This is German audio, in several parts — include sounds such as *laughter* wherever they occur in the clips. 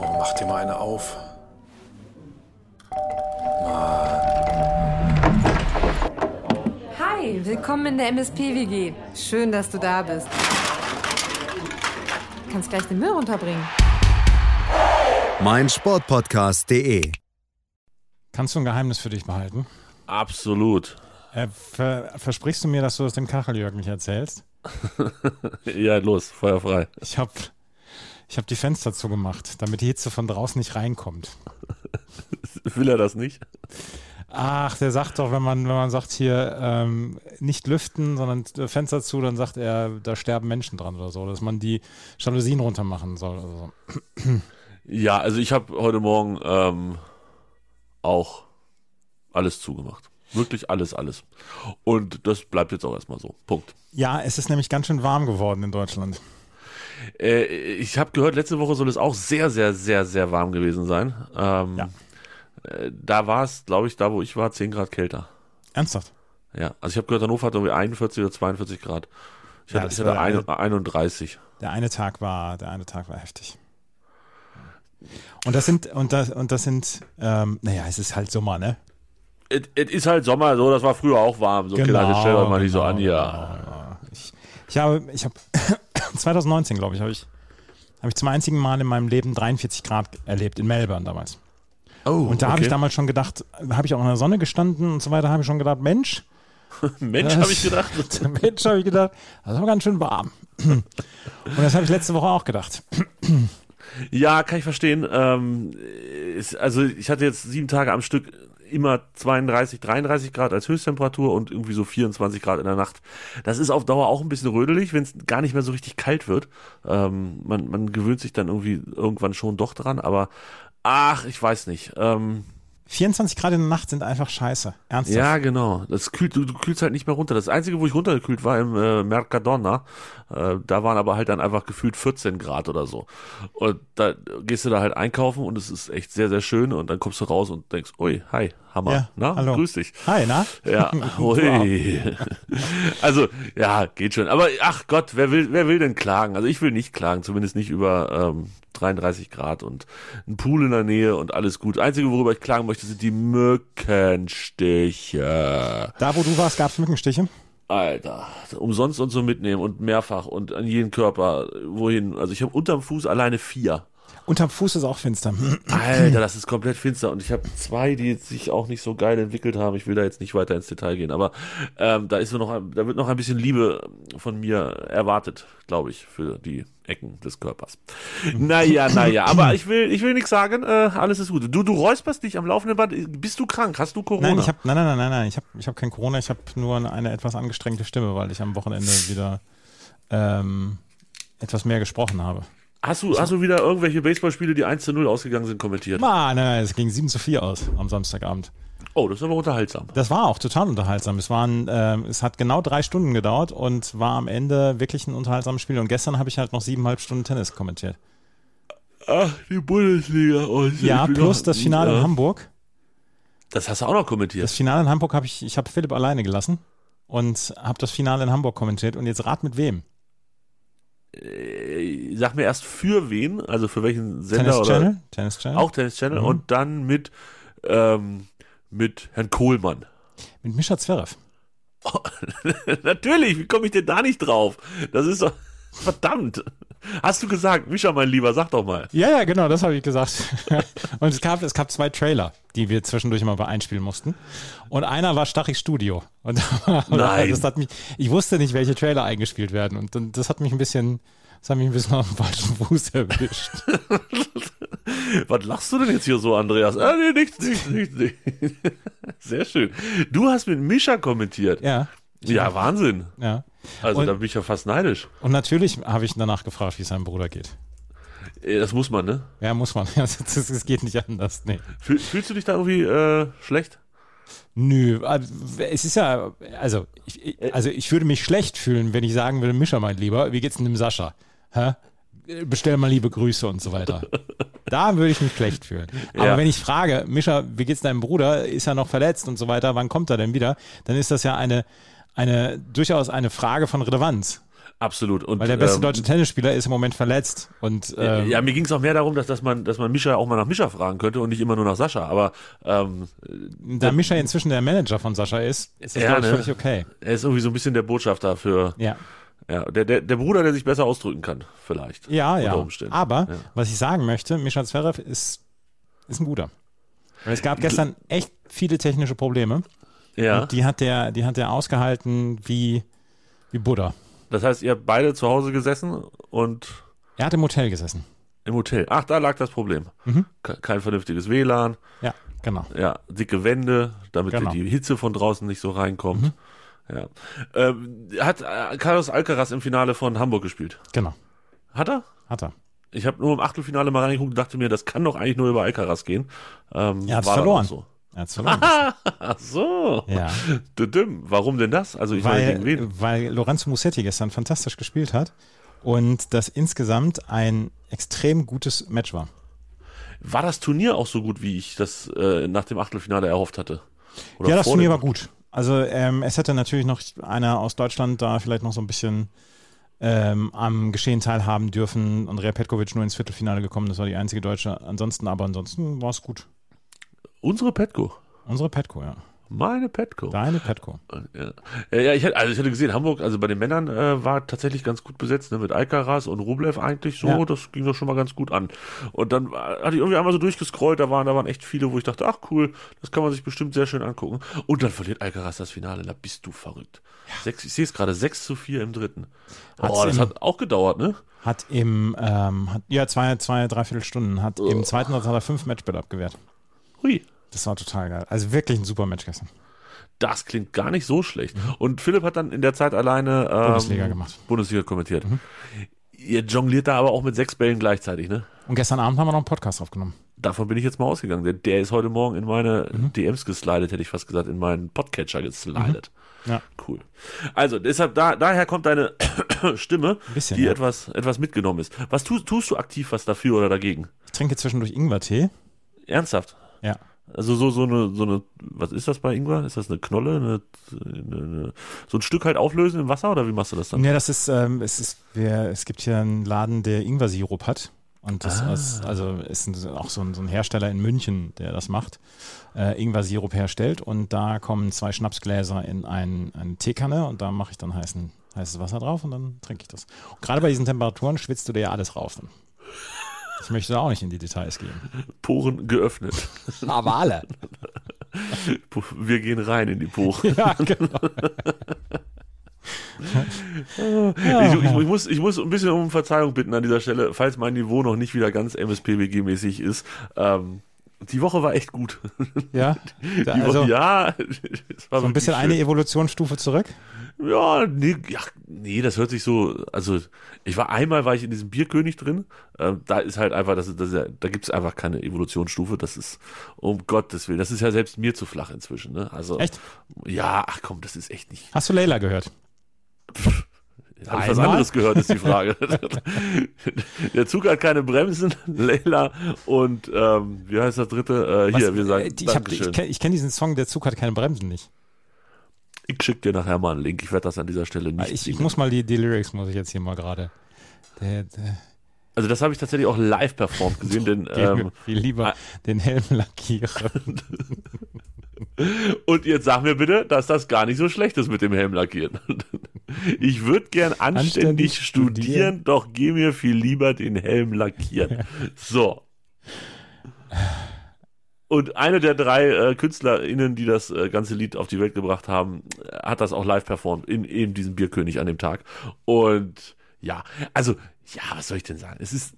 Oh, dir mal eine auf. Hi, willkommen in der MSP-WG. Schön, dass du da bist. Du kannst gleich den Müll runterbringen. mein Sportpodcast.de. Kannst du ein Geheimnis für dich behalten? Absolut. Äh, ver versprichst du mir, dass du das dem Kacheljörg nicht erzählst? Ja, los, Feuer frei. Ich habe ich hab die Fenster zugemacht, damit die Hitze von draußen nicht reinkommt. Will er das nicht? Ach, der sagt doch, wenn man, wenn man sagt hier ähm, nicht lüften, sondern äh, Fenster zu, dann sagt er, da sterben Menschen dran oder so, dass man die Jalousien runter machen soll. Oder so. Ja, also ich habe heute Morgen ähm, auch alles zugemacht. Wirklich alles, alles. Und das bleibt jetzt auch erstmal so. Punkt. Ja, es ist nämlich ganz schön warm geworden in Deutschland. Äh, ich habe gehört, letzte Woche soll es auch sehr, sehr, sehr, sehr warm gewesen sein. Ähm, Ja. äh, Da war es, glaube ich, da wo ich war, 10 Grad kälter. Ernsthaft? Ja, also ich habe gehört, Hannover hat irgendwie 41 oder 42 Grad. Ich Ja, hatte, das ich hatte war ja ein, 31. Der eine Tag war, der eine Tag war heftig. Und das sind, und das, und das sind, ähm, naja, es ist halt Sommer, ne? Es es ist halt Sommer, so, das war früher auch warm. So, okay, Leute, stellt euch mal nicht so genau, an, ja. genau, genau. Ich, ich habe, ich habe *coughs* 2019, glaube ich, habe ich, habe ich zum einzigen Mal in meinem Leben 43 Grad erlebt, in Melbourne damals. Oh, Und da habe ich okay. damals schon gedacht, habe ich auch in der Sonne gestanden und so weiter, habe ich schon gedacht, Mensch, *laughs* Mensch, Das- habe ich gedacht. Mensch, habe ich gedacht, das ist aber ganz schön warm. Und das habe ich letzte Woche auch gedacht. Ja, kann ich verstehen. Ähm, ist, also ich hatte jetzt sieben Tage am Stück immer 32, 33 Grad als Höchsttemperatur und irgendwie so 24 Grad in der Nacht. Das ist auf Dauer auch ein bisschen rödelig, wenn es gar nicht mehr so richtig kalt wird. Ähm, man, man gewöhnt sich dann irgendwie irgendwann schon doch dran, aber ach, ich weiß nicht. Ähm, 24 Grad in der Nacht sind einfach scheiße. Ernsthaft. ja, genau. Das kühlt, du, du kühlst halt nicht mehr runter. Das Einzige, wo ich runtergekühlt war, im äh, Mercadona, äh, da waren aber halt dann einfach gefühlt 14 Grad oder so. Und da gehst du da halt einkaufen und es ist echt sehr, sehr schön und dann kommst du raus und denkst, ui, hi, Hammer. Ja, na, hallo. grüß dich. Hi, na? *laughs* Ja, ui. Also, ja, geht schon. Aber ach Gott, wer will, wer will denn klagen? Also ich will nicht klagen, zumindest nicht über ähm, 33 Grad und ein Pool in der Nähe und alles gut. Einzige, worüber ich klagen möchte, sind die Mückenstiche. Da, wo du warst, gab es Mückenstiche. Alter, umsonst und so mitnehmen und mehrfach und an jeden Körper, wohin. Also ich habe unterm Fuß alleine vier. Unterm Fuß ist auch finster. Alter, das ist komplett finster. Und ich habe zwei, die sich auch nicht so geil entwickelt haben. Ich will da jetzt nicht weiter ins Detail gehen, aber ähm, da ist nur noch, ein- da wird noch ein bisschen Liebe von mir erwartet, glaube ich, für die Ecken des Körpers. Mhm. *laughs* Naja, naja, aber ich will, ich will nichts sagen. Äh, alles ist gut. Du, du räusperst dich am laufenden Band. Bist du krank? Hast du Corona? Nein, ich habe nein, nein, nein, nein, nein, ich habe ich hab kein Corona, ich habe nur eine, eine etwas angestrengte Stimme, weil ich am Wochenende wieder ähm, etwas mehr gesprochen habe. hast du, hast du wieder irgendwelche Baseballspiele, die 1 zu 0 ausgegangen sind, kommentiert? Ah, nein, nein, es ging 7 zu 4 aus am Samstagabend. Oh, das ist aber unterhaltsam. Das war auch total unterhaltsam. Es, waren, ähm, es hat genau drei Stunden gedauert und war am Ende wirklich ein unterhaltsames Spiel. Und gestern habe ich halt noch siebeneinhalb Stunden Tennis kommentiert. Ach, die Bundesliga. Oh, ich- Ja, ich bin plus doch- das Finale Ja. in Hamburg. Das hast du auch noch kommentiert. Das Finale in Hamburg habe ich, ich habe Philipp alleine gelassen und habe das Finale in Hamburg kommentiert. Und jetzt rat mit wem? Äh, sag mir erst für wen, also für welchen Sender Tennis oder Channel? Mhm. Tennis Channel? auch Tennis Channel und dann mit ähm, mit Herrn Kohlmann. *laughs* Mit Mischa Zverev. Natürlich, wie komme ich denn da nicht drauf? Das ist doch *laughs* verdammt. Hast du gesagt, Mischa, mein Lieber, sag doch mal. Ja, ja, genau, das habe ich gesagt. *laughs* und es gab, es gab zwei Trailer, die wir zwischendurch immer einspielen mussten. Und einer war Stachys Studio. Und *laughs* Nein. das hat mich, ich wusste nicht, welche Trailer eingespielt werden. Und dann- das hat mich ein bisschen, das hat mich ein bisschen *laughs* auf den falschen Fuß erwischt. Was lachst du denn jetzt hier so, Andreas? Ah, nee, nichts, nichts, nichts, *laughs* nichts. Sehr schön. Du hast mit Mischa kommentiert. Ja, ja, Wahnsinn. ja. Also Und- da bin ich ja fast neidisch. Und natürlich habe ich danach gefragt, wie es seinem Bruder geht. Äh, Das muss man, ne? Ja, muss man. *laughs* Also, Das, das, das geht nicht anders. Nee. Fühl, fühlst du dich da irgendwie äh, schlecht? Nö, äh, es ist ja, also ich, Äh. ich- also ich würde mich schlecht fühlen, wenn ich sagen würde, Mischa, mein Lieber, wie geht's denn dem Sascha? Hä? Bestell mal liebe Grüße und so weiter. *laughs* da würde ich mich schlecht fühlen. Aber Ja. wenn ich frage, Mischa, wie geht's deinem Bruder? Ist er noch verletzt und so weiter? Wann kommt er denn wieder? Dann ist das ja eine, eine durchaus eine Frage von Relevanz. Absolut. Und, Weil der beste ähm, deutsche Tennisspieler ist im Moment verletzt. Und Ja, ähm, Äh, ja, mir ging es auch mehr darum, dass, dass man, dass man Mischa auch mal nach Mischa fragen könnte und nicht immer nur nach Sascha. Aber ähm, da Mischa inzwischen der Manager von Sascha ist, ist das, Ja, glaube ich, ne? völlig okay. er ist irgendwie so ein bisschen der Botschafter für Ja. ja, der, der, der Bruder, der sich besser ausdrücken kann, vielleicht. Ja, unter ja. Umständen. Aber Ja. was ich sagen möchte, Mischa Zverev ist, ist ein guter. Weil es gab gestern echt viele technische Probleme. ja. Und die hat der, die hat der ausgehalten wie, wie Buddha. Das heißt, ihr habt beide zu Hause gesessen und Er hat im Hotel gesessen. im Hotel. Ach, da lag das Problem. Mhm. Ke- Kein vernünftiges WLAN, Ja, genau. ja, dicke Wände, damit Genau. Mhm. die Hitze von draußen nicht so reinkommt. Ja. Ähm, hat äh, Carlos Alcaraz im Finale von Hamburg gespielt? Genau. Hat er? Hat er. Ich habe nur im Achtelfinale mal reingeguckt und dachte mir, das kann doch eigentlich nur über Alcaraz gehen. Ähm, Er hat's war dann verloren. auch So. Er hat's verloren. *laughs* Ach so. *laughs* ja. Düdüm. Warum denn das? Also ich meine, gegen wen? Weil, weil Lorenzo Musetti gestern fantastisch gespielt hat und das insgesamt ein extrem gutes Match war. äh, War das Turnier auch so gut, wie ich das äh, nach dem Achtelfinale erhofft hatte? Oder ja, das vor Turnier dem- war gut. Also ähm, es hätte natürlich noch einer aus Deutschland da vielleicht noch so ein bisschen ähm, am Geschehen teilhaben dürfen. Andrea Petkovic nur ins Viertelfinale gekommen, das war die einzige Deutsche. Ansonsten, aber ansonsten war es gut. Unsere Petco. Unsere Petko, ja. Meine Petco. Deine Petko. Ja, ja, ja ich, hatte, also ich hatte gesehen, Hamburg, also bei den Männern äh, war tatsächlich ganz gut besetzt, ne, mit Alcaraz und Rublev eigentlich so, Ja. das ging doch schon mal ganz gut an. Und dann war- hatte ich irgendwie einmal so durchgescrollt, da waren, da waren echt viele, wo ich dachte, ach cool, das kann man sich bestimmt sehr schön angucken. Und dann verliert Alcaraz das Finale, da bist du verrückt. Sechs, ich sehe es gerade, 6 zu 4 im dritten. Hat's oh, das im- hat auch gedauert, ne? Hat im, ähm, hat, ja, zwei, zwei, dreiviertel Stunden, hat Oh. im zweiten Satz hat er fünf Matchbälle abgewehrt. Hui. Das war total geil. Also wirklich ein super Match gestern. Das klingt gar nicht so schlecht. Und Philipp hat dann in der Zeit alleine ähm, Mhm. Bundesliga gemacht. Mhm. Bundesliga kommentiert. Ihr jongliert da aber auch mit sechs Bällen gleichzeitig, ne? Und gestern Abend haben wir noch einen Podcast aufgenommen. Davon bin ich jetzt mal ausgegangen. Der, der ist heute Morgen in meine Mhm. DMs geslidet, hätte ich fast gesagt, in meinen Podcatcher geslidet. Mhm. Ja. Cool. Also, deshalb, da, daher kommt deine *coughs* Stimme, bisschen, die ja. etwas, etwas mitgenommen ist. Was tust, tust du aktiv was dafür oder dagegen? Ich trinke zwischendurch Ingwertee. Ernsthaft? Ja. Also, so, so eine, so eine, was ist das bei Ingwer? Ist das eine Knolle? Eine, eine, eine, so ein Stück halt auflösen im Wasser oder wie machst du das dann? Ja, das ist, ähm, es ist, wir, es gibt hier einen Laden, der Ingwer-Sirup hat. Und das ist, also ist ein, auch so ein, so ein Hersteller in München, der das macht, äh, Ingwer-Sirup herstellt. Und da kommen zwei Schnapsgläser in ein, eine Teekanne und da mache ich dann heißen, heißes Wasser drauf und dann trinke ich das. Und gerade bei diesen Temperaturen schwitzt du dir ja alles raus. Dann. Ich möchte da auch nicht in die Details gehen. Poren geöffnet. *laughs* Aber alle. Wir gehen rein in *laughs* die Poren. *laughs* Ja, genau. Ich, ich, ich, muss, ich muss ein bisschen um Verzeihung bitten an dieser Stelle, falls mein Niveau noch nicht wieder ganz MSPBG-mäßig ist. Ähm, die Woche war echt gut. Ja, Die also Woche, ja, es war so ein bisschen eine wirklich Evolutionsstufe zurück. schön. Ja nee, ja, nee, das hört sich so. Also, ich war einmal war ich in diesem Bierkönig drin. Ähm, da ist halt einfach, das ist, das ist, ja- da gibt's einfach keine Evolutionsstufe. Das ist, um Gottes Willen, das ist ja selbst mir zu flach inzwischen. Ne? Also, Echt? Ja, ach komm, das ist echt nicht. Hast du Leila gehört? Habe ich was Einmal? anderes gehört, ist *laughs* die Frage. der Zug hat keine Bremsen, Leila und ähm, wie heißt das dritte? Äh, Was- hier, wir sagen äh, die- ich hab- ich Dankeschön. Ich, kenne kenn diesen Song, der Zug hat keine Bremsen nicht. schicke dir nachher mal einen Link. Ich werde das an dieser Stelle nicht. Ich, ich singen. muss mal die, die Lyrics, muss ich jetzt hier mal gerade. Der, der, also das habe ich tatsächlich auch live *laughs* performt gesehen, denn der ähm, will lieber ah. den Helm *laughs* lackieren. und jetzt sag mir bitte, dass das gar nicht so schlecht ist mit dem Helm lackieren. *laughs* ich würde gern anständig, Anständig studieren, studieren. doch geh mir viel lieber den Helm *laughs* lackieren. So. Und einer der drei äh, KünstlerInnen, die das äh, ganze Lied auf die Welt gebracht haben, äh, hat das auch live performt in eben diesem Bierkönig an dem Tag. Und ja, also, ja, was soll ich denn sagen? Es ist,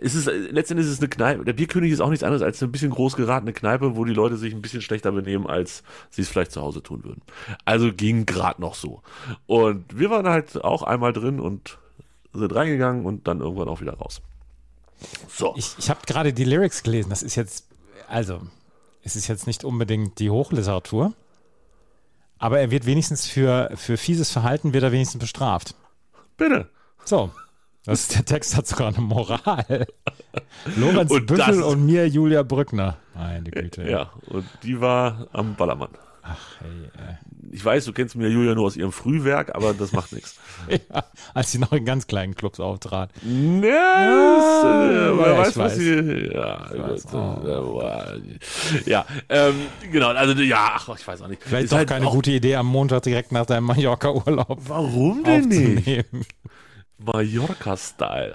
es ist, äh, letztendlich ist es eine Kneipe. Der Bierkönig ist auch nichts anderes als eine bisschen groß geratene Kneipe, wo die Leute sich ein bisschen schlechter benehmen, als sie es vielleicht zu Hause tun würden. Also ging gerade noch so. Und wir waren halt auch einmal drin und sind reingegangen und dann irgendwann auch wieder raus. So. Ich, ich habe gerade die Lyrics gelesen. Das ist jetzt, also, es ist jetzt nicht unbedingt die Hochliteratur, aber er wird wenigstens für, für fieses Verhalten wird er wenigstens bestraft. bitte. So. Das *laughs* ist, der Text hat sogar eine Moral. Lorenz Und das- Büffel und mir Julia Brückner. Meine Güte. *laughs* Ja, und die war am Ballermann. Hey, äh. ich weiß, du kennst mir Julia nur aus ihrem Frühwerk, aber das *laughs* macht nichts. Ja, als sie noch in ganz kleinen Clubs auftrat. Nee, Ja, ja, äh, wer ich weiß, was weiß. sie. Ja, weiß. gut, äh, ja ähm, genau, also ja, ach, ich weiß auch nicht. Vielleicht Ist ist doch halt keine auch- gute Idee, am Montag direkt nach deinem Mallorca-Urlaub Warum denn nicht? aufzunehmen. Mallorca-Style.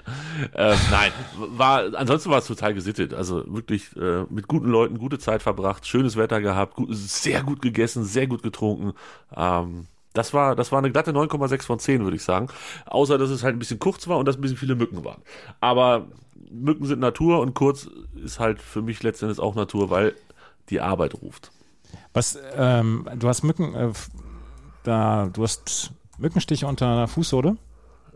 Ähm, nein, war, ansonsten war es total gesittet. Also wirklich äh, mit guten Leuten gute Zeit verbracht, schönes Wetter gehabt, gut, sehr gut gegessen, sehr gut getrunken. Ähm, das war, das war eine glatte 9,6 von 10, würde ich sagen. Außer, dass es halt ein bisschen kurz war und dass ein bisschen viele Mücken waren. Aber Mücken sind Natur und kurz ist halt für mich letztendlich auch Natur, weil die Arbeit ruft. Was, ähm, du hast Mücken, äh, f- da, du hast Mückenstiche unter einer Fußsohle.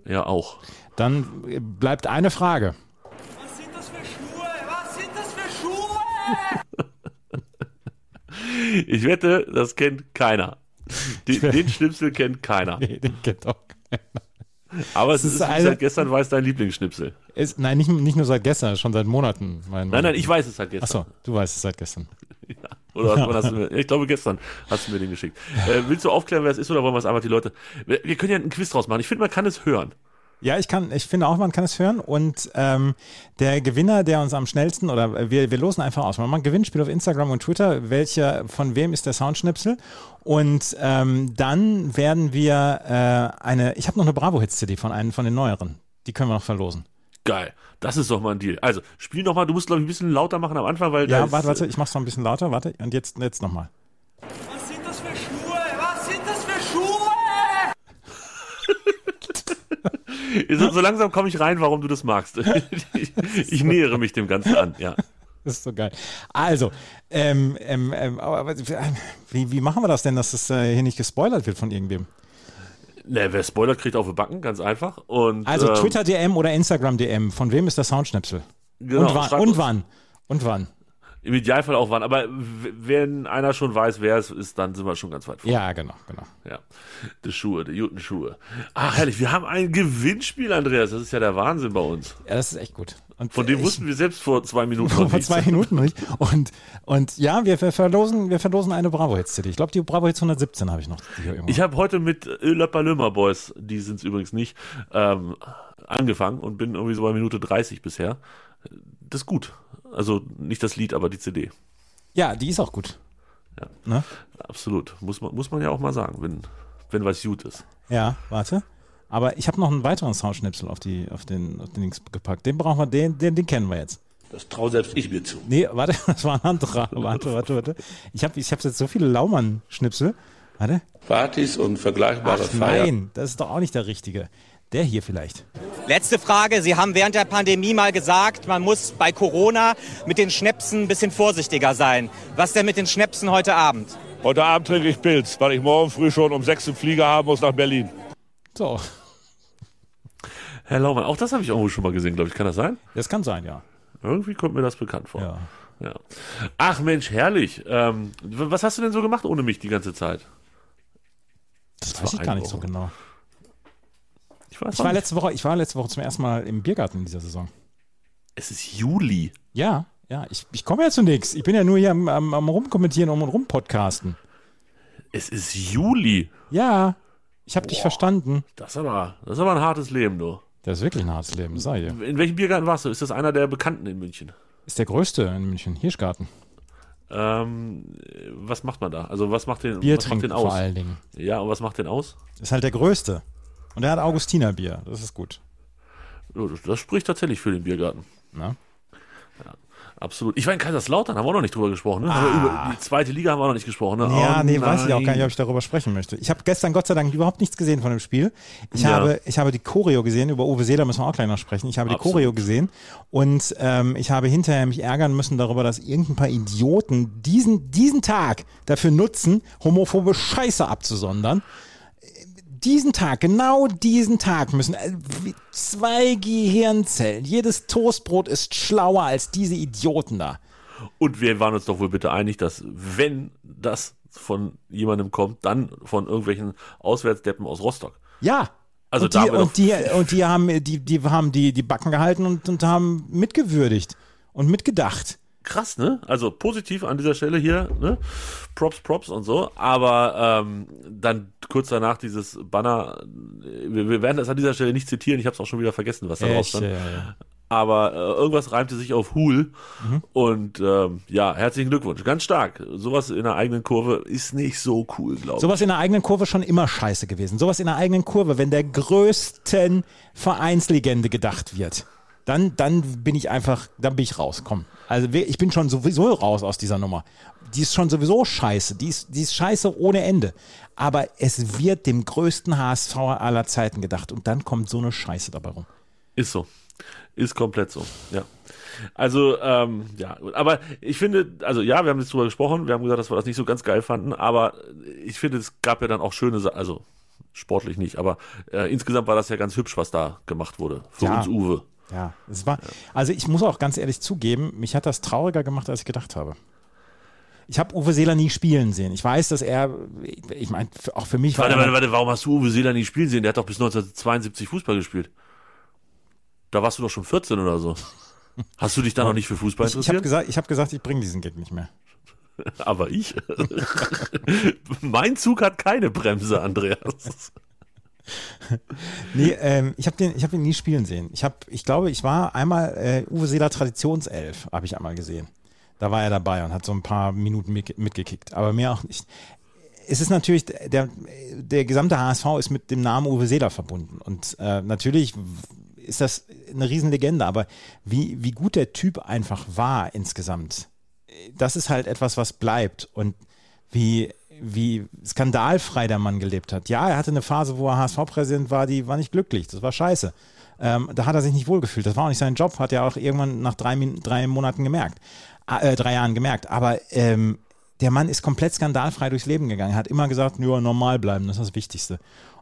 Ja, auch. Dann äh, bleibt eine *laughs* Frage. Was sind das für Schuhe? Was sind das für Schuhe? Ich wette, das kennt keiner. Den, den Schnipsel kennt keiner. Nee, den kennt auch keiner. Aber es ist ist, wie eine- seit gestern weiß dein Lieblingsschnipsel. Ist, nein, nicht, nicht nur seit gestern, schon seit Monaten. Mein Nein, nein, ich weiß es halt gestern. Achso, du weißt es seit gestern. Oder hast, wann hast du mir, ich glaube, gestern hast du mir den geschickt. Äh, willst du aufklären, wer es ist oder wollen wir es einfach die Leute? Wir, wir können ja einen Quiz draus machen. Ich finde, man kann es hören. Ja, ich kann, ich finde auch, man kann es hören. Und ähm, der Gewinner, der uns am schnellsten oder wir, wir losen einfach aus. Man macht ein Gewinnspiel auf Instagram und Twitter, welcher von wem ist der Soundschnipsel. Und ähm, dann werden wir äh, eine. Ich habe noch eine Bravo-Hits-CD von einem von den neueren. Die können wir noch verlosen. Geil. Das ist doch mal ein Deal. Also, spiel nochmal. Du musst, glaube ich, ein bisschen lauter machen am Anfang, weil da Ja, ist, warte, warte, ich mach's noch ein bisschen lauter, warte. Und jetzt, jetzt nochmal. Was sind das für Schuhe? Was sind das für Schuhe? äh, So, so langsam komme ich rein, warum du das *laughs* magst. ich, ich nähere mich dem Ganzen an. Ja. Das ist so geil. Also, ähm, ähm, ähm, aber, aber, äh, wie, wie machen wir das denn, dass es äh, hier nicht gespoilert wird von irgendwem? Ne, wer Spoiler kriegt, auf die Backen, ganz einfach. Und, Also ähm, Twitter DM oder Instagram DM. Von wem ist der Soundschnipsel? genau, und wann? schreibt Und uns. wann? Und wann? Im Idealfall auch wann. Aber w- wenn einer schon weiß, wer es ist, dann sind wir schon ganz weit vor. Ja, genau, genau. Ja, die Schuhe, die Jutenschuhe. Ach, herrlich, wir haben ein Gewinnspiel, Andreas. Das ist ja der Wahnsinn bei uns. Ja, das ist echt gut. Und Von dem ich, wussten wir selbst vor zwei Minuten noch *laughs* vor nichts. zwei Minuten noch nicht. Und, und ja, wir, wir verlosen, wir verlosen eine Bravo Hits CD. Ich glaube, die Bravo Hits 117 habe ich noch. Hier irgendwo. Ich habe heute mit Löpper Lömer Boys, die sind es übrigens nicht, ähm, angefangen und bin irgendwie so bei Minute 30 bisher. Das ist gut. Also nicht das Lied, aber die CD. ja, die ist auch gut. Ja. Ne? Absolut. Muss man, muss man ja auch mal sagen, wenn, wenn was gut ist. Ja, warte. Aber ich habe noch einen weiteren Soundschnipsel auf, die, auf, den, auf den Links gepackt. Den brauchen wir, den, den, den kennen wir jetzt. Das trau selbst ich mir zu. Nee, warte, *laughs* das war ein anderer. Warte, warte, warte. Ich habe ich hab jetzt so viele Laumann-Schnipsel. Warte. Partys und vergleichbare Ach Feiern. nein, das ist doch auch nicht der richtige. Der hier vielleicht. Letzte Frage. Sie haben während der Pandemie mal gesagt, man muss bei Corona mit den Schnäpsen ein bisschen vorsichtiger sein. Was denn mit den Schnäpsen heute Abend? Heute Abend trinke ich Pilz, weil ich morgen früh schon um sechs im Flieger haben muss nach Berlin. So, Herr Laumann, auch das habe ich irgendwo schon mal gesehen, glaube ich. Kann das sein? das kann sein, ja. Irgendwie kommt mir das bekannt vor. Ja. Ja. Ach Mensch, herrlich. Ähm, w- was hast du denn so gemacht ohne mich die ganze Zeit? Das weiß ich gar nicht so genau. Ich weiß Ich war letzte Woche, ich war letzte Woche zum ersten Mal im Biergarten in dieser Saison. Es ist Juli. Ja, ja, ich, ich komme ja zu nichts. Ich bin ja nur hier am, am, am rumkommentieren und rumpodcasten. Es ist Juli. Ja, ich habe dich verstanden. Das ist aber, das ist aber ein hartes Leben, du. Das ist wirklich ein hartes Leben, sei ihr. In welchem Biergarten warst du? Ist das einer der Bekannten in München? Ist der größte in München, Hirschgarten. Ähm, äh, was macht man da? Also was macht den, Bier was macht trinken den vor aus? allen Dingen. Ja, und was macht den aus? Ist halt der größte. Und er hat Augustinerbier, das ist gut. Ja, Das, das spricht tatsächlich für den Biergarten. Na? Absolut. Ich war in Kaiserslautern, haben wir auch noch nicht drüber gesprochen. Ne? Haben wir Über die zweite Liga haben wir auch noch nicht gesprochen. Ne? Ah. Ja, Oh, nee, weiß ich auch nein. gar nicht, ob ich darüber sprechen möchte. Ich habe gestern Gott sei Dank überhaupt nichts gesehen von dem Spiel. Ich, Ja. habe, ich habe die Choreo gesehen, über Uwe Seeler müssen wir auch gleich noch sprechen. Ich habe Absolut. die Choreo gesehen und ähm, ich habe hinterher mich ärgern müssen darüber, dass irgendein paar Idioten diesen, diesen Tag dafür nutzen, homophobe Scheiße abzusondern. Diesen Tag, genau diesen Tag müssen äh, wie zwei Gehirnzellen. Jedes Toastbrot ist schlauer als diese Idioten da. Und wir waren uns doch wohl bitte einig, dass wenn das von jemandem kommt, dann von irgendwelchen Auswärtsdeppen aus Rostock. Ja. Also und da die, haben wir und die, und die haben, äh, die, die haben die, die Backen gehalten und, und haben mitgewürdigt und mitgedacht. krass, ne? Also positiv an dieser Stelle hier, ne? Props, Props und so. Aber ähm, dann kurz danach dieses Banner, äh, wir, wir werden das an dieser Stelle nicht zitieren, ich habe es auch schon wieder vergessen, was da drauf Echt, stand. ja, ja. Mhm. Aber äh, irgendwas reimte sich auf Hul. Und ähm, ja, herzlichen Glückwunsch. Ganz stark. Sowas in der eigenen Kurve ist nicht so cool, glaube ich. Sowas in der eigenen Kurve schon immer scheiße gewesen. Sowas in der eigenen Kurve, wenn der größten Vereinslegende gedacht wird, dann, dann bin ich einfach, dann bin ich raus. Komm. Also wir- ich bin schon sowieso raus aus dieser Nummer. Die ist schon sowieso scheiße. Die ist, die ist scheiße ohne Ende. Aber es wird dem größten HSV aller Zeiten gedacht. Und dann kommt so eine Scheiße dabei rum. Ist so. Ist komplett so, ja. Also, ähm, ja, aber ich finde, also ja, wir haben jetzt drüber gesprochen, wir haben gesagt, dass wir das nicht so ganz geil fanden, aber ich finde, es gab ja dann auch schöne Sa also sportlich nicht, aber äh, insgesamt war das ja ganz hübsch, was da gemacht wurde. Für Ja. uns Uwe. Ja, es war. Also ich muss auch ganz ehrlich zugeben, mich hat das trauriger gemacht, als ich gedacht habe. Ich habe Uwe Seeler nie spielen sehen. Ich weiß, dass er, ich meine, für- auch für mich Warte, er- warte, warte, warum hast du Uwe Seeler nicht spielen sehen? Der hat doch bis 1972 Fußball gespielt. Da warst du doch schon 14 oder so. Hast du dich da noch nicht für Fußball Ich, ich habe interessiert? gesagt, ich hab gesagt, ich bringe diesen Gag nicht mehr. aber ich. *laughs* mein Zug hat keine Bremse, Andreas. Nee, ähm, ich habe hab ihn nie spielen sehen. Ich, hab, ich glaube, ich war einmal äh, Uwe Seeler Traditionself, habe ich einmal gesehen. Da war er dabei und hat so ein paar Minuten mitge- mitgekickt, aber mehr auch nicht. Es ist natürlich, der, der gesamte HSV ist mit dem Namen Uwe Seeler verbunden. Und äh, natürlich ist das eine Riesenlegende, aber wie, wie gut der Typ einfach war insgesamt, das ist halt etwas, was bleibt. Und wie, wie skandalfrei der Mann gelebt hat. Ja, er hatte eine Phase, wo er HSV-Präsident war, die war nicht glücklich. Das war scheiße. Ähm, da hat er sich nicht wohlgefühlt. Das war auch nicht sein Job, hat er auch irgendwann nach drei, Min- drei Monaten gemerkt. Ah, Äh, drei Jahren gemerkt. Aber ähm, der Mann ist komplett skandalfrei durchs Leben gegangen, hat immer gesagt, nur normal bleiben, das ist das Wichtigste.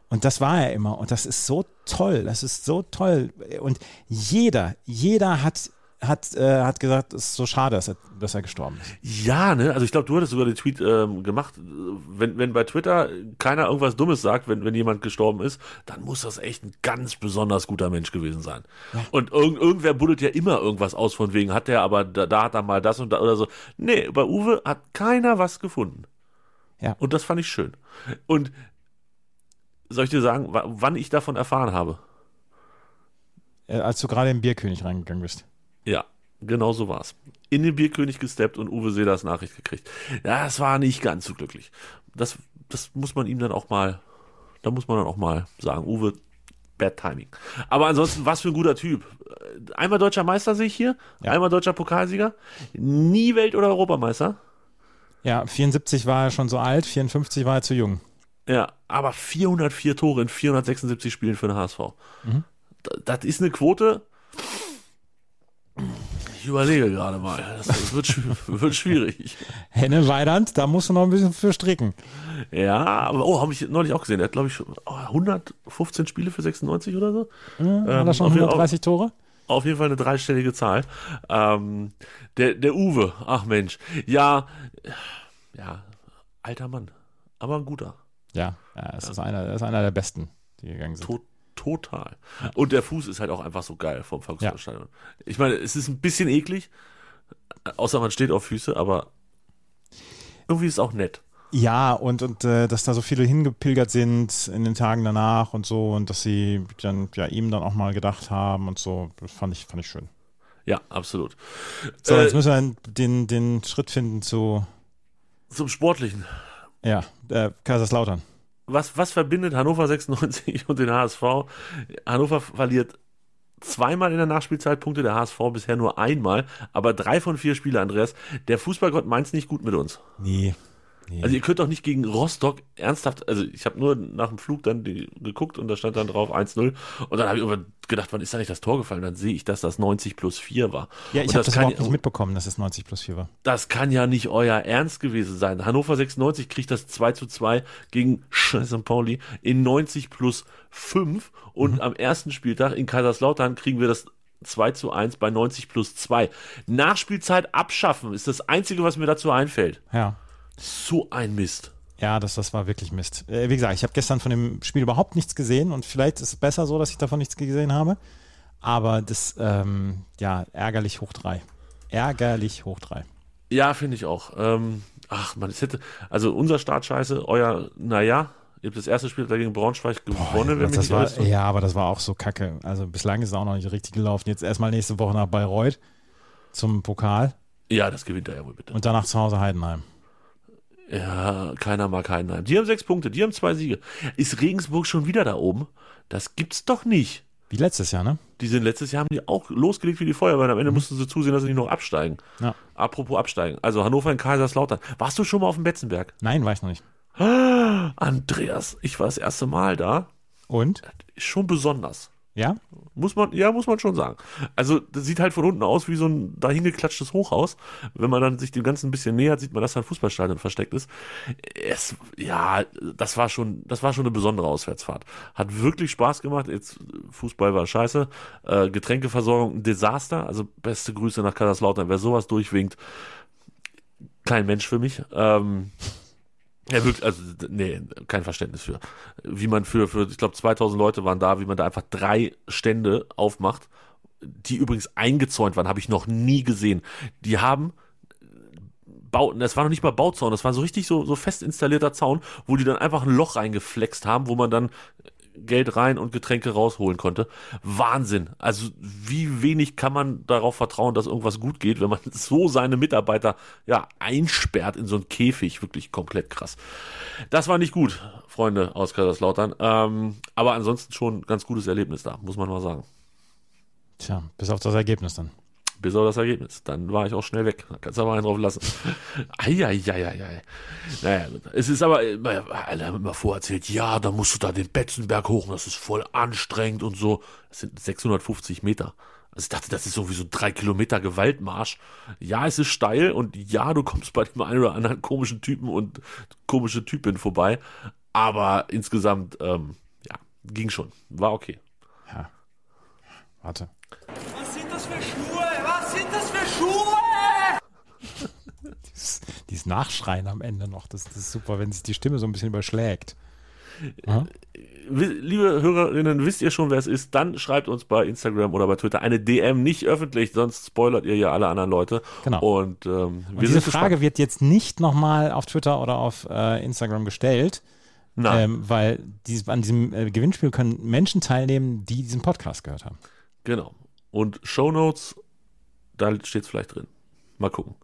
Und das war er immer. Und das ist so toll. Das ist so toll. Und jeder, jeder hat, hat, äh, hat gesagt, es ist so schade, dass er, dass er gestorben ist. Ja, ne? Also ich glaube, du hattest sogar den Tweet ähm, gemacht. Wenn, wenn bei Twitter keiner irgendwas Dummes sagt, wenn, wenn jemand gestorben ist, dann muss das echt ein ganz besonders guter Mensch gewesen sein. Und irgend, irgendwer buddelt ja immer irgendwas aus von wegen, hat der aber, da, da hat er mal das und da oder so. Nee, bei Uwe hat keiner was gefunden. Ja. Und das fand ich schön. Und soll ich dir sagen, wa- wann ich davon erfahren habe? Äh, als du gerade im Bierkönig reingegangen bist. Ja, genau so war's. In den Bierkönig gesteppt und Uwe Seelers Nachricht gekriegt. Ja, es war nicht ganz so glücklich. Das, das muss man ihm dann auch mal, da muss man dann auch mal sagen, Uwe, bad timing. Aber ansonsten, was für ein guter Typ. Einmal deutscher Meister sehe ich hier, einmal deutscher Pokalsieger, nie Welt- oder Europameister. Ja, 74 war er schon so alt, 54 war er zu jung. Ja, aber 404 Tore in 476 Spielen für den HSV. Da- Das ist eine Quote. Ich überlege gerade mal. Das, das wird, schw- *laughs* wird schwierig. Henne ne, Weidand, da musst du noch ein bisschen für stricken. Ja, aber oh, habe ich neulich auch gesehen. Er hat, glaube ich, schon, oh, 115 Spiele für 96 oder so. Hat Ähm, er schon auf jeden- auf- 130 Tore? Auf jeden Fall eine dreistellige Zahl. Ähm, der, der Uwe, ach Mensch. Ja, ja, alter Mann, aber ein guter. Ja, ja es ist einer, er ist einer der besten, die gegangen sind. To total. Und der Fuß ist halt auch einfach so geil vom Volkswagenstadion. Ich meine, es ist ein bisschen eklig, außer man steht auf Füße, aber irgendwie ist es auch nett. Ja, und, und äh, dass da so viele hingepilgert sind in den Tagen danach und so und dass sie dann ja ihm dann auch mal gedacht haben und so, das fand ich, fand ich schön. Ja, absolut. So, Äh, jetzt müssen wir den, den Schritt finden zu Zum Sportlichen. ja, äh, Kaiserslautern. was, was verbindet Hannover 96 *laughs* und den HSV? Hannover verliert zweimal in der Nachspielzeit Punkte, der HSV bisher nur einmal, aber drei von vier Spiele, Andreas. Der Fußballgott meint's nicht gut mit uns. Nee. Also ihr könnt doch nicht gegen Rostock ernsthaft, also ich habe nur nach dem Flug dann die, geguckt und da stand dann drauf 1-0 und dann habe ich aber gedacht, wann ist da nicht das Tor gefallen? Dann sehe ich, dass das 90 plus 4 war. Ja, ich Und habe das kann überhaupt ja- nicht mitbekommen, dass es 90 plus 4 war. das kann ja nicht euer Ernst gewesen sein. Hannover 96 kriegt das 2 zu 2 gegen St. Pauli in 90 plus 5 und Mhm. am ersten Spieltag in Kaiserslautern kriegen wir das 2 zu 1 bei 90 plus 2. Nachspielzeit abschaffen ist das Einzige, was mir dazu einfällt. Ja. So ein Mist. Ja, das, das war wirklich Mist. Äh, wie gesagt, ich habe gestern von dem Spiel überhaupt nichts gesehen und vielleicht ist es besser so, dass ich davon nichts gesehen habe. Aber das, ähm, ja, ärgerlich hoch drei. Ärgerlich hoch drei. Ja, finde ich auch. Ähm, ach man, es hätte, also unser Start scheiße, euer, naja, ihr habt das erste Spiel dagegen Braunschweig gewonnen, wenn Also mich das nicht war, alles- ja, aber das war auch so kacke. Also bislang ist es auch noch nicht richtig gelaufen. Jetzt erstmal nächste Woche nach Bayreuth zum Pokal Ja, das gewinnt er ja wohl bitte. und danach zu Hause Heidenheim. Ja, keiner mag Heidenheim. Die haben sechs Punkte, die haben zwei Siege. Ist Regensburg schon wieder da oben? Das gibt's doch nicht. Wie letztes Jahr, ne? Die sind letztes Jahr haben die auch losgelegt wie die Feuerwehr. und Am Ende mussten sie zusehen, dass sie nicht noch absteigen. Ja. Apropos absteigen. Also Hannover in Kaiserslautern. Warst du schon mal auf dem Betzenberg? Nein, war ich noch nicht. Andreas, ich war das erste Mal da. Und? Ist schon besonders. Ja? Muss man, ja, muss man schon sagen. Also, das sieht halt von unten aus wie so ein dahingeklatschtes Hochhaus. Wenn man dann sich dem Ganzen ein bisschen nähert, sieht man, dass da ein Fußballstadion versteckt ist. Es, ja, das war schon, das war schon eine besondere Auswärtsfahrt. Hat wirklich Spaß gemacht. Jetzt, Fußball war scheiße. Äh, Getränkeversorgung ein Desaster. Also, beste Grüße nach Kaiserslautern. Wer sowas durchwinkt, kein Mensch für mich. Ähm, ja, wirklich, also, nee, kein Verständnis für. Wie man für, für ich glaube, 2000 Leute waren da, wie man da einfach drei Stände aufmacht, die übrigens eingezäunt waren, habe ich noch nie gesehen. Die haben Bauten, das war noch nicht mal Bauzaun, das war so richtig so, so fest installierter Zaun, wo die dann einfach ein Loch reingeflext haben, wo man dann Geld rein und Getränke rausholen konnte. Wahnsinn. Also wie wenig kann man darauf vertrauen, dass irgendwas gut geht, wenn man *laughs* so seine Mitarbeiter ja einsperrt in so einen Käfig. Wirklich komplett krass. Das war nicht gut, Freunde aus Kaiserslautern. Ähm, aber ansonsten schon ein ganz gutes Erlebnis da, muss man mal sagen. Tja, bis auf das Ergebnis dann. Bis auf das Ergebnis. Dann war ich auch schnell weg. Da kannst du aber einen drauf lassen. *laughs* Eieieiei. Naja, gut. es ist aber, äh, alle haben immer vorerzählt, ja, da musst du da den Betzenberg hoch und das ist voll anstrengend und so. Das sind 650 Meter. Also ich dachte, das ist sowieso ein drei Kilometer Gewaltmarsch. Ja, es ist steil und ja, du kommst bei dem einen oder anderen komischen Typen und komische Typin vorbei. Aber insgesamt, ähm, ja, ging schon. War okay. Warte. Was sind das für Schuhe? Was sind das für Schuhe? Dieses Nachschreien am Ende noch, das, das ist super, wenn sich die Stimme so ein bisschen überschlägt. Wi- liebe Hörerinnen, wisst ihr schon, wer es ist, dann schreibt uns bei Instagram oder bei Twitter eine DM, nicht öffentlich, sonst spoilert ihr ja alle anderen Leute. Genau. Und ähm, wir Und diese sind Frage gespannt. wird jetzt nicht nochmal auf Twitter oder auf äh, Instagram gestellt, Nein, ähm, weil dies, an diesem äh, Gewinnspiel können Menschen teilnehmen, die diesen Podcast gehört haben. genau. Und Shownotes, da steht's vielleicht drin. Mal gucken.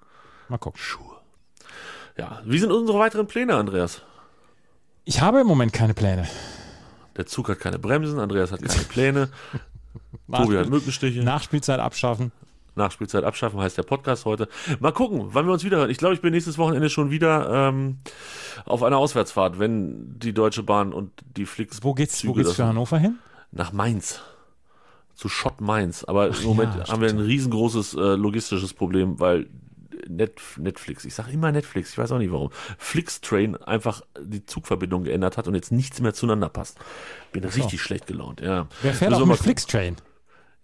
Mal gucken. Ja, wie sind unsere weiteren Pläne, Andreas? Ich habe im Moment keine Pläne. Der Zug hat keine Bremsen, Andreas hat *laughs* keine Pläne, Tobi hat Nachspiel Mückenstiche. Nachspielzeit abschaffen. Nachspielzeit abschaffen, heißt der Podcast heute. Mal gucken, wann wir uns wieder hören. Ich glaube, ich bin nächstes Wochenende schon wieder ähm, auf einer Auswärtsfahrt, wenn die Deutsche Bahn und die Flix. Wo geht's, wo Züge geht's das für Hannover hin? Nach Mainz. Zu Schott Mainz. Aber im Moment ja, haben wir ein riesengroßes äh, logistisches Problem, weil Net Netflix, ich sage immer Netflix, ich weiß auch nicht warum, Flixtrain einfach die Zugverbindung geändert hat und jetzt nichts mehr zueinander passt. Bin richtig schlecht gelaunt, ja. Wer fährt Müssen auch wir mal mit gucken. Flixtrain?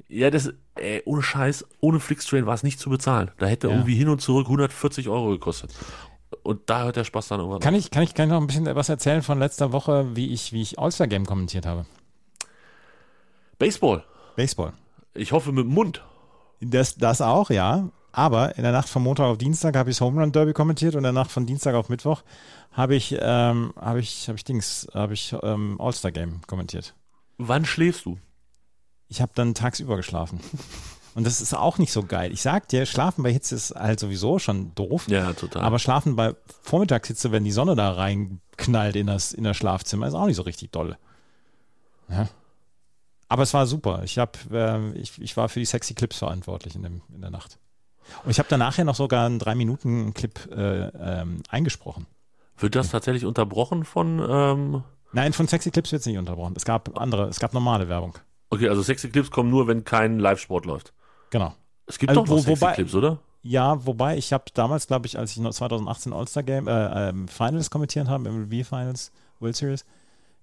Ja, das, ey, ohne Scheiß, ohne Flixtrain war es nicht zu bezahlen. Da hätte Ja. irgendwie hin und zurück 140 Euro gekostet. Und da hört der Spaß dann irgendwann. Kann ich, kann, ich, kann ich noch ein bisschen was erzählen von letzter Woche, wie ich, wie ich All-Star-Game kommentiert habe? auf. Baseball. Baseball. Ich hoffe mit dem Mund. Das, das auch, ja. Aber in der Nacht von Montag auf Dienstag habe ich das Home Run Derby kommentiert und in der Nacht von Dienstag auf Mittwoch habe ich, ähm, habe ich, habe ich Dings, habe ich ähm, All-Star Game kommentiert. Wann schläfst du? Ich habe dann tagsüber geschlafen. *laughs* Und das ist auch nicht so geil. Ich sag dir, schlafen bei Hitze ist halt sowieso schon doof. Ja, total. Aber schlafen bei Vormittagshitze, wenn die Sonne da reinknallt in das, in das Schlafzimmer, ist auch nicht so richtig dolle. Ja. Aber es war super. Ich, hab, ähm, ich, ich war für die sexy Clips verantwortlich in, dem, in der Nacht. Und ich habe danach ja noch sogar einen drei Minuten Clip äh, ähm, eingesprochen. Wird das tatsächlich unterbrochen von ähm, Nein, von sexy Clips wird es nicht unterbrochen. Es gab andere, es gab normale Werbung. Okay, also sexy Clips kommen nur, wenn kein Live-Sport läuft. Genau. Es gibt Also doch noch wo- sexy wobei- Clips, oder? *laughs* Ja, wobei ich habe damals, glaube ich, als ich noch 2018 All-Star Game äh, ähm, Finals kommentiert habe, MLB Finals, World Series,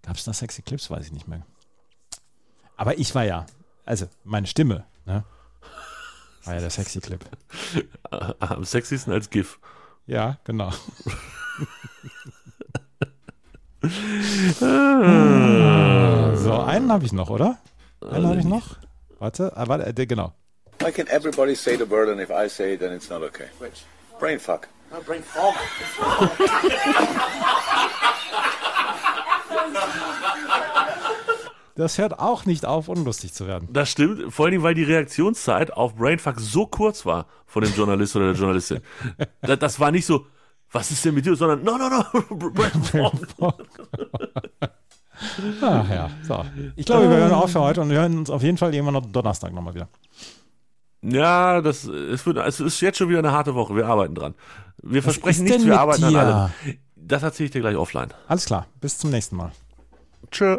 gab es da sexy Clips, weiß ich nicht mehr. Aber ich war ja, also meine Stimme, ne? War ja der sexy Clip. Äh, Am sexiesten als GIF. Ja, *laughs* genau. so, einen habe ich noch, oder? Einen habe ich noch. äh, Warte, ah, warte, äh, der- genau. Why can everybody say the word and if I say it, then it's not okay? Which? Brain fuck. Das hört auch nicht auf, unlustig zu werden. Das stimmt, vor allem, weil die Reaktionszeit auf Brainfuck so kurz war von dem Journalist oder der *laughs* Journalistin. Das, das war nicht so, was ist denn mit dir, sondern, no, no, no, *laughs* Brainfuck. Ach Ah, ja, so. Ähm. Ich glaube, wir hören auf für heute und wir hören uns auf jeden Fall irgendwann noch Donnerstag nochmal wieder. Ja, das, es, wird, es ist jetzt schon wieder eine harte Woche, wir arbeiten dran. Wir versprechen ist denn nichts, wir mit arbeiten an dir? allem. Das erzähle ich dir gleich offline. Alles klar, bis zum nächsten Mal. Tschö.